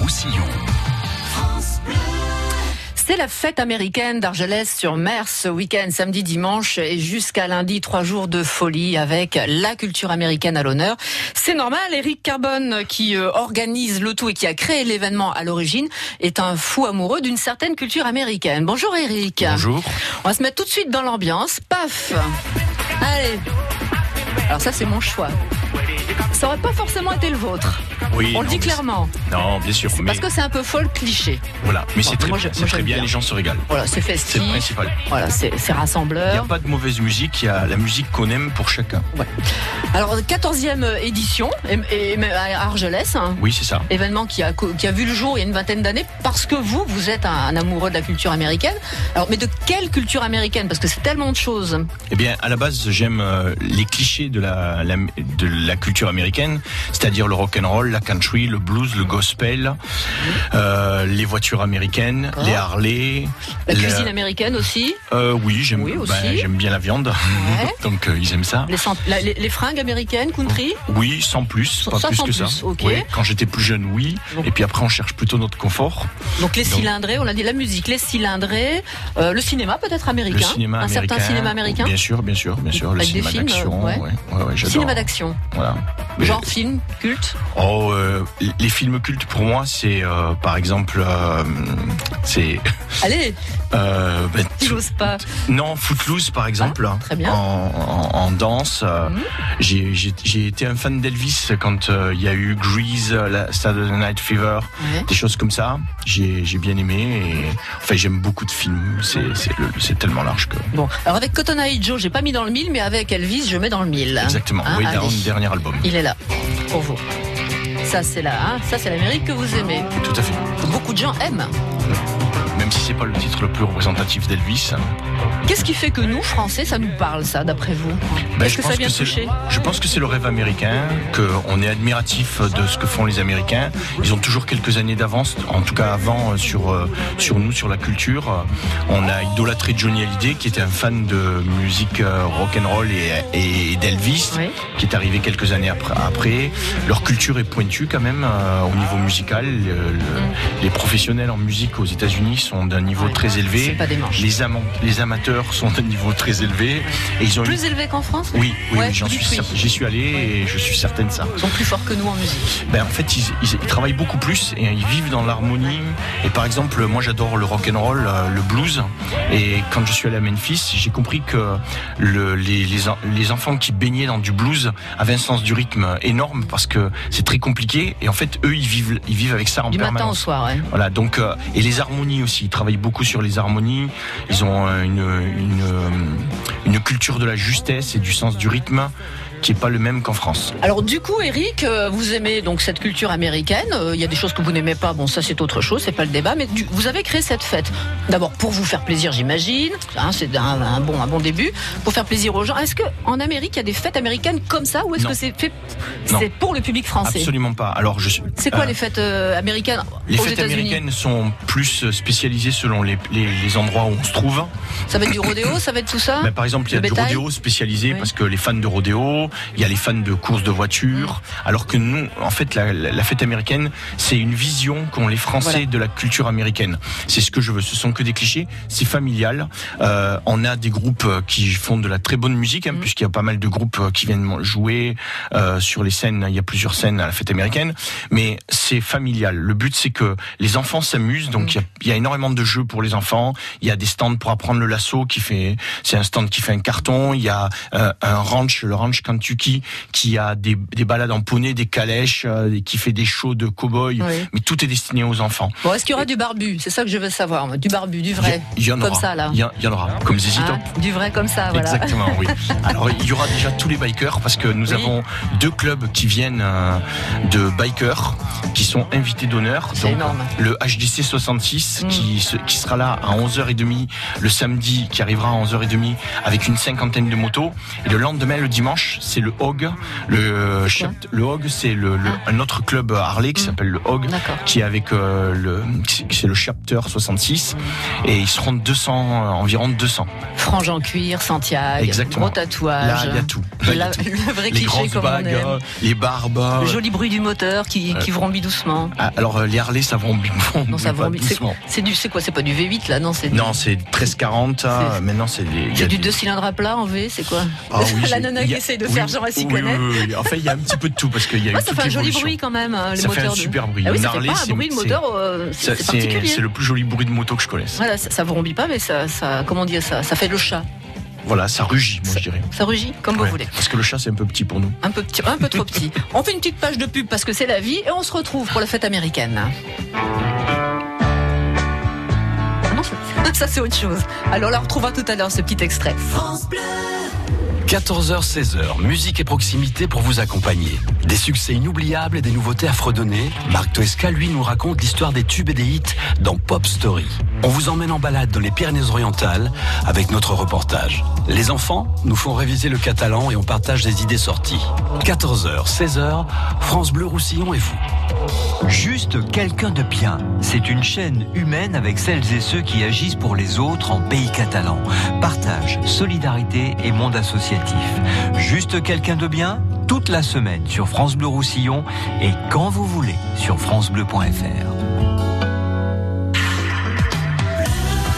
Roussillon. C'est la fête américaine d'Argelès sur Mer ce week-end, samedi, dimanche et jusqu'à lundi, trois jours de folie avec la culture américaine à l'honneur. C'est normal, Eric Carbone, qui euh, organise le tout et qui a créé l'événement à l'origine, est un fou amoureux d'une certaine culture américaine. Bonjour Eric. Bonjour. On va se mettre tout de suite dans l'ambiance. Paf Allez Alors ça c'est mon choix. Ça aurait pas forcément été le vôtre. Oui, On le non, dit mais clairement. c'est- Non, bien sûr. Mais Parce que c'est un peu folle cliché. voilà, mais c'est très, moi, je- c'est moi, très j'aime bien, bien. Les gens se régalent. Voilà, c'est C'est festif. le principal. Voilà, c'est c'est Il n'y a rassembleur. pas de mauvaise musique. Il y a la musique qu'on aime pour chacun. Alors, 14e édition et, et- à Argelès, un Oui, c'est ça. événement qui a, co- qui a vu le jour il y a une vingtaine d'années, parce que vous, vous êtes un, un amoureux de la culture américaine. Alors, mais de quelle culture américaine Parce que c'est tellement de choses. Eh bien, à la base, j'aime euh, les clichés de la, la- de la culture américaine, c'est-à-dire le rock and roll, la country, le blues, le gospel, euh, les voitures américaines, D'accord. les Harley. La le- cuisine américaine aussi, Euh, oui, j'aime Oui, aussi. ben, j'aime bien la viande, Ouais. donc euh, ils aiment ça. les, cent- la- les- les fringues américaines, country. Oui, sans plus, Sans- pas ça, plus sans que ça. plus, ok. Oui, quand j'étais plus jeune, oui. Donc- Et puis après, on cherche plutôt notre confort. Donc, les Donc- cylindrés, on a dit la musique, les cylindrés, euh, le cinéma peut-être américain. Le cinéma un américain. certain cinéma américain. Bien sûr, bien sûr, bien sûr. Avec le des cinéma films, d'action. ouais. ouais, ouais, ouais, j'adore. Cinéma d'action, Voilà. Mais- genre film, culte. Oh, euh, les films cultes pour moi, c'est euh, par exemple, euh, c'est Allez, euh, ben, tu n'oses pas. non Footloose par exemple. très bien. En, en- en danse, euh, Mhm. j'ai- j'ai j'ai été un fan d'Elvis quand euh, il y a eu Grease, euh, la Saturday Night Fever, Ouais. des choses comme ça. J'ai j'ai bien aimé. Et, enfin, j'aime beaucoup de films. C'est- C'est le- c'est tellement large que. Bon, alors avec Cotton Eye Joe, j'ai pas mis dans le mille, mais avec Elvis, je mets dans le mille. Exactement. Hein, Way allez. Down, dernier album. Il est là pour vous. Ça c'est là, hein ça c'est l'Amérique que vous aimez. Tout à fait. Que Beaucoup de gens aiment. Même si c'est pas le titre le plus représentatif d'Elvis. hein. Qu'est-ce qui fait que nous, Français, ça nous parle, ça, d'après vous Ben, Est-ce que ça vient c'est- toucher Je pense que c'est le rêve américain, qu'on est admiratif de ce que font les Américains. Ils ont toujours quelques années d'avance, en tout cas avant euh, sur, euh, sur nous, sur la culture. Euh, On a idolâtré Johnny Hallyday, qui était un fan de musique euh, rock'n'roll et, et d'Elvis, Oui. qui est arrivé quelques années après, après. Leur culture est pointue quand même euh, au niveau musical. Le- Mm. le- Les professionnels en musique aux États-Unis sont d'un niveau Ouais. très C'est élevé. pas des manches. Les, ama- les amateurs sont d'un niveau très élevé. Et ils ont une Plus élevés qu'en France oui, oui, Ouais, oui, j'en plus, suis, oui. cer- j'y suis allé et je suis certaine de ça. Ils sont plus forts que nous en musique. Ben, en fait, ils, ils- ils travaillent beaucoup plus et ils vivent dans l'harmonie. Et par exemple, moi j'adore le rock and roll, euh, le blues. Et quand je suis allé à Memphis, j'ai compris que le- les, les en- les enfants qui baignaient dans du blues avaient un sens du rythme énorme parce que c'est très compliqué. Et en fait, eux, ils vivent, ils vivent avec ça en Du matin au permanence. soir, ouais. Voilà, donc euh, et les harmonies aussi. Ils travaillent beaucoup sur les harmonies. Ils ont euh, une, une, euh, une culture de la justesse et du sens du rythme qui est pas le même qu'en France. Alors du coup, Eric, euh, vous aimez donc cette culture américaine. Euh, Il y a des choses que vous n'aimez pas. Bon, ça c'est autre chose, c'est pas le débat. Mais du- vous avez créé cette fête d'abord pour vous faire plaisir, j'imagine. Hein, c'est un, un bon, un bon début pour faire plaisir aux gens. Est-ce que en Amérique, il y a des fêtes américaines comme ça, ou est-ce Non. que c'est fait Non. c'est pour le public français Absolument pas. Alors je suis- C'est quoi euh, les fêtes euh, américaines les aux fêtes États-Unis américaines sont plus spécialisées selon les, les, les endroits où on se trouve. Ça va être du rodéo, ça va être tout ça. Ben, par exemple, il y a Le du bétail rodéo spécialisé Oui. parce que les fans de rodéo, il y a les fans de courses de voitures. Mm. Alors que nous, en fait, la, la- la fête américaine, c'est une vision qu'ont les Français Voilà. de la culture américaine. C'est ce que je veux. Ce sont que des clichés. C'est familial. Euh, on a des groupes euh, qui font de la très bonne musique, hein, Mm. puisqu'il y a pas mal de groupes euh, qui viennent jouer euh, sur les scènes. Il y a plusieurs scènes à la fête américaine, mais c'est familial. Le but, c'est que les enfants s'amusent. Mm. Donc il y a- il y, a énormément de jeux pour les enfants. Il y a des stands pour apprendre le lasso qui fait, c'est un stand qui fait un carton. Il y a euh, un ranch, le ranch Kentucky, qui a des, des balades en poney, des calèches, euh, et qui fait des shows de cow-boys. Oui. Mais tout est destiné aux enfants. Bon, est-ce qu'il y aura du barbu C'est ça que je veux savoir. moi. Du barbu, du vrai, Il y, en comme aura. ça là. Il y, en- il y en aura. Comme Zizi Hein, Top. du vrai comme ça, voilà. Exactement, oui. Alors il y aura déjà tous les bikers parce que nous Oui. avons deux clubs qui viennent euh, de bikers qui sont invités d'honneur. C'est Donc, énorme. Le HDC 66 Mm. qui, se- qui sera là à 11h30 le samedi, qui arrivera à 11h30 avec une cinquantaine de motos. Et le lendemain, le dimanche, c'est le Hog. Le Shept- le Hog, c'est le, le- un autre club à Harley Ah. qui Mm. s'appelle le Hog, D'accord. qui est avec euh, le c'est le chapter 66 et ils seront 200 euh, environ 200. Frange en cuir, sentiaille, Exactement. gros Là, tatouage. il y a tout. Là, il y a La- tout. le vrai Les cliché grandes comme on bagues, aime. euh, les barbes. Le joli bruit du moteur qui, qui vrombit doucement. Ah, Alors euh, les Harley ça vrombit, Non, ça pas vrombit. C'est doucement. c'est du, c'est quoi C'est pas du V8 là, non C'est du, Non, c'est 1340. hein. C'est- Maintenant, c'est des- il y c'est a du des- deux cylindres à plat en V. C'est quoi Ah oui, La j'ai- nana il y qui a- essaye de oui, faire genre la oui, oui, cyclonette. oui, oui. En fait, il y a un petit peu de tout parce qu'il y a eu Ouais, ça toute fait un joli l'évolution. bruit quand même. hein, les Ça fait moteurs un de- super bruit. Ah oui, Une ça fait Harley, pas un c'est- bruit de c'est- moteur. euh, Ça, C'est c'est C'est particulier. c'est le plus joli bruit de moto que je connaisse. Voilà, ça, ça vrombit pas, mais ça, ça, comment dire ça Ça fait le chat. Voilà, ça rugit, moi je dirais. Ça rugit, comme Ouais, vous voulez. Parce que le chat c'est un peu petit pour nous. Un peu, petit, un peu trop petit. On fait une petite page de pub parce que c'est la vie et on se retrouve pour la fête américaine. Ah non, ça- Ça, c'est autre chose. Alors, on la retrouvera tout à l'heure, ce petit extrait. 14h, 16h, musique et proximité pour vous accompagner. Des succès inoubliables et des nouveautés à fredonner, Marc Toesca, lui, nous raconte l'histoire des tubes et des hits dans Pop Story. On vous emmène en balade dans les Pyrénées-Orientales avec notre reportage. Les enfants nous font réviser le catalan et on partage des idées sorties. 14h, 16h, France Bleu Roussillon et vous. Juste quelqu'un de bien. C'est une chaîne humaine avec celles et ceux qui agissent pour les autres en pays catalan. Partage, solidarité et monde associatif. Juste quelqu'un de bien toute la semaine sur France Bleu Roussillon et quand vous voulez sur francebleu.fr.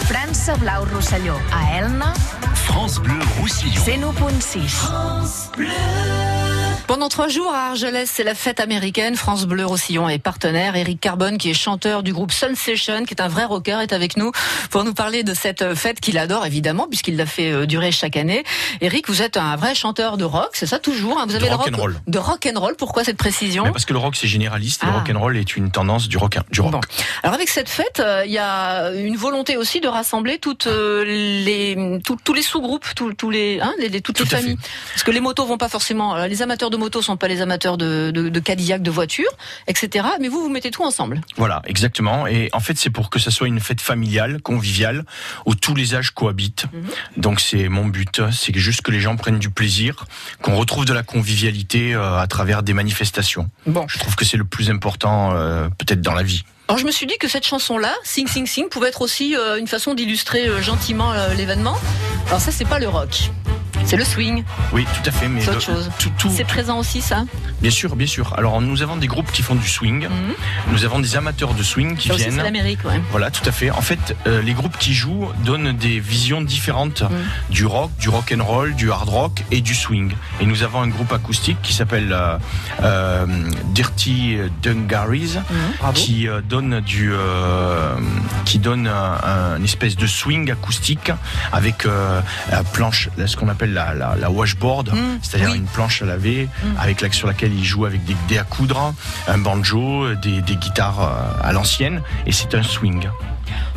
França Blau Rosselló, a Elna, France Bleu Roussillon. 101.6. Pendant trois jours à Argelès, c'est la fête américaine. France Bleu Roussillon est partenaire. Eric Carbone, qui est chanteur du groupe Sun Session, qui est un vrai rocker, est avec nous pour nous parler de cette euh, fête qu'il adore évidemment, puisqu'il la fait euh, durer chaque année. Eric, vous êtes un vrai chanteur de rock, c'est ça toujours hein Vous avez De le rock rock'n'roll. de rock and roll. Pourquoi cette précision Mais parce que le rock c'est généraliste et le Oh. Ah. rock and roll est une tendance du rock. Du rock. Bon. Alors avec cette fête, euh, il y a une volonté aussi de rassembler toutes euh, les tous- tous les sous-groupes, tous, tous les, hein, les- les- toutes Tout les à fait. familles. Parce que les motos vont pas forcément. alors, les amateurs de motos sont pas les amateurs de, de, de Cadillac, de voitures, etc. Mais vous vous mettez tout ensemble. Voilà, exactement. Et en fait, c'est pour que ça soit une fête familiale, conviviale, où tous les âges cohabitent. Mhm. Donc c'est mon but, c'est que juste que les gens prennent du plaisir, qu'on retrouve de la convivialité euh, à travers des manifestations. Bon. Je trouve que c'est le plus important euh, peut-être dans la vie. Alors je me suis dit que cette chanson là, Sing Sing Sing, pouvait être aussi euh, une façon d'illustrer euh, gentiment euh, l'événement. Alors ça c'est pas le rock, c'est le swing, Oui, tout à fait. Mais c'est le- autre chose. tout, tout- C'est présent aussi ça. bien sûr, bien sûr. Alors nous avons des groupes qui font du swing, Mhm. nous avons des amateurs de swing qui Ça aussi c'est viennent. l'Amérique, ouais. Voilà, tout à fait. En fait, euh, les groupes qui jouent donnent des visions différentes du rock, du rock and roll, du hard rock et du swing. Et nous avons un groupe acoustique qui s'appelle euh, euh, Dirty Dungarees, Mhm. qui euh, donne du, euh, qui donne un- un- une espèce de swing acoustique avec euh, la planche, là, ce qu'on appelle la, la, la washboard, Mm, c'est-à-dire oui. Mhm. une planche à laver avec la- sur laquelle il joue avec des dés à coudre, un banjo, euh, des, des guitares euh, à l'ancienne, et c'est un swing.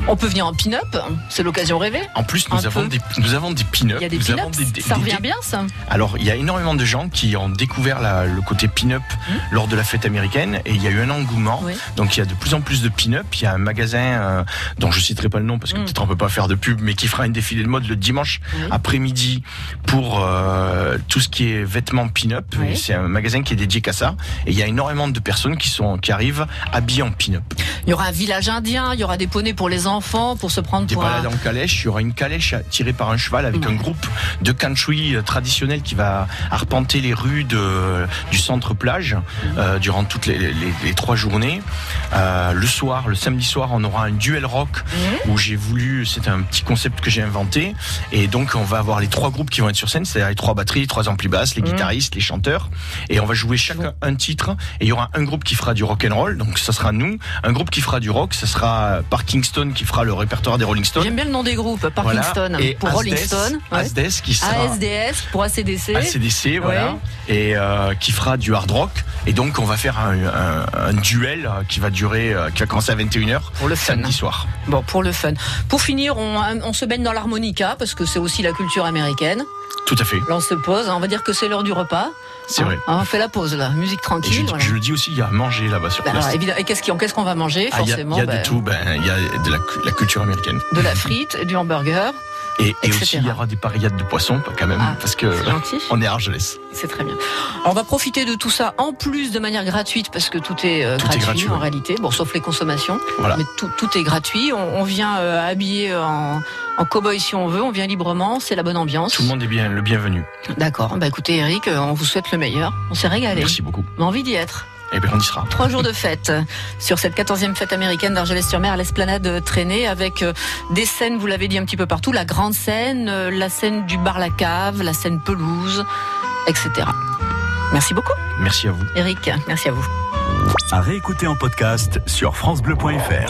On peut venir en pin-up, c'est l'occasion rêvée. En plus, nous Un avons peu. des, nous avons des pin-up. Il y a des nous pin avons des- des- ça des- revient bien ça. Alors, il y a énormément de gens qui ont découvert la- le côté pin-up lors de la fête américaine et il y a eu un engouement. Mmh. Oui. Donc, il y a de plus en plus de pin-up. Il y a un magasin euh, dont je citerai pas le nom parce que Mm. peut-être on peut pas faire de pub, mais qui fera un défilé de mode le dimanche Oui. après-midi pour euh, tout ce qui est vêtements pin-up. Oui. Et C'est un magasin qui est dédié qu'à ça. Et il y a énormément de personnes qui sont qui arrivent habillées en pin-up. Il y aura un village indien, il y aura des poneys pour les enfants, pour se prendre Des pour un... balades en calèche, il y aura une calèche tirée par un cheval avec Ouais. un groupe de country euh, traditionnel qui va arpenter les rues de, du centre plage euh, durant toutes les, les- les trois journées. Euh, le soir, le samedi soir, on aura un duel rock où j'ai voulu, c'est un petit concept que j'ai inventé, et donc on va avoir les trois groupes qui vont être sur scène, c'est-à-dire les trois batteries, les trois amplis basses, les Mhm. guitaristes, les chanteurs, et on va jouer chacun un titre, et il y aura un groupe qui fera du rock and roll, donc ça sera nous, un groupe qui fera du rock, ça sera Park Kingston qui fera le répertoire des Rolling Stones. J'aime bien le nom des groupes, Parkinston Voilà. Et pour Rolling Asdes, Stone, ouais. Asdes qui sera ASDS pour ACDC. ACDC, voilà, et euh, qui fera du hard rock. Et donc on va faire un, un- un duel euh, qui va durer, euh, qui va commencer à 21h Pour le fun. samedi soir. Bon, pour le fun. Pour finir, on, on se baigne dans l'harmonica parce que c'est aussi la culture américaine. Tout à fait, Là, on se pose. hein, On va dire que c'est l'heure du repas. c'est Hein, vrai. hein, on fait la pause là, musique Et je, tranquille. voilà. je le dis aussi, il y a à manger là-bas sur Bah, place. alors, évidemment, et qu'est-ce qu'on qu'est-ce qu'on va manger Ah, Il y a, il Forcément, y a bah, de tout, ben, il y a de la, cu- la culture américaine. de la frite, du hamburger, Et, et Etc. aussi, il y aura des pariades de poissons, pas quand même, Ah, parce que C'est gentil. on est à Argelès. C'est très bien. Alors, on va profiter de tout ça en plus de manière gratuite parce que tout est, euh, Tout est gratuit, gratuit, en ouais. réalité. Bon, sauf les consommations. Voilà. Mais tout, tout est gratuit. On, on vient euh, habillé en, en cow-boy si on veut. On vient librement. C'est la bonne ambiance. Tout le monde est bien le bienvenu. D'accord. Bah, écoutez, Eric, euh, on vous souhaite le meilleur. On s'est régalé. Merci beaucoup. On a envie d'y être. Et bien, on y sera. Trois jours de fête euh, sur cette 14e fête américaine d'Argelès-sur-Mer à l'esplanade euh, traînée avec euh, des scènes, vous l'avez dit un petit peu partout, la grande scène, euh, la scène du bar La Cave, la scène pelouse, etc. Merci beaucoup, Merci à vous. Eric. Merci à vous. À réécouter en podcast sur FranceBleu.fr.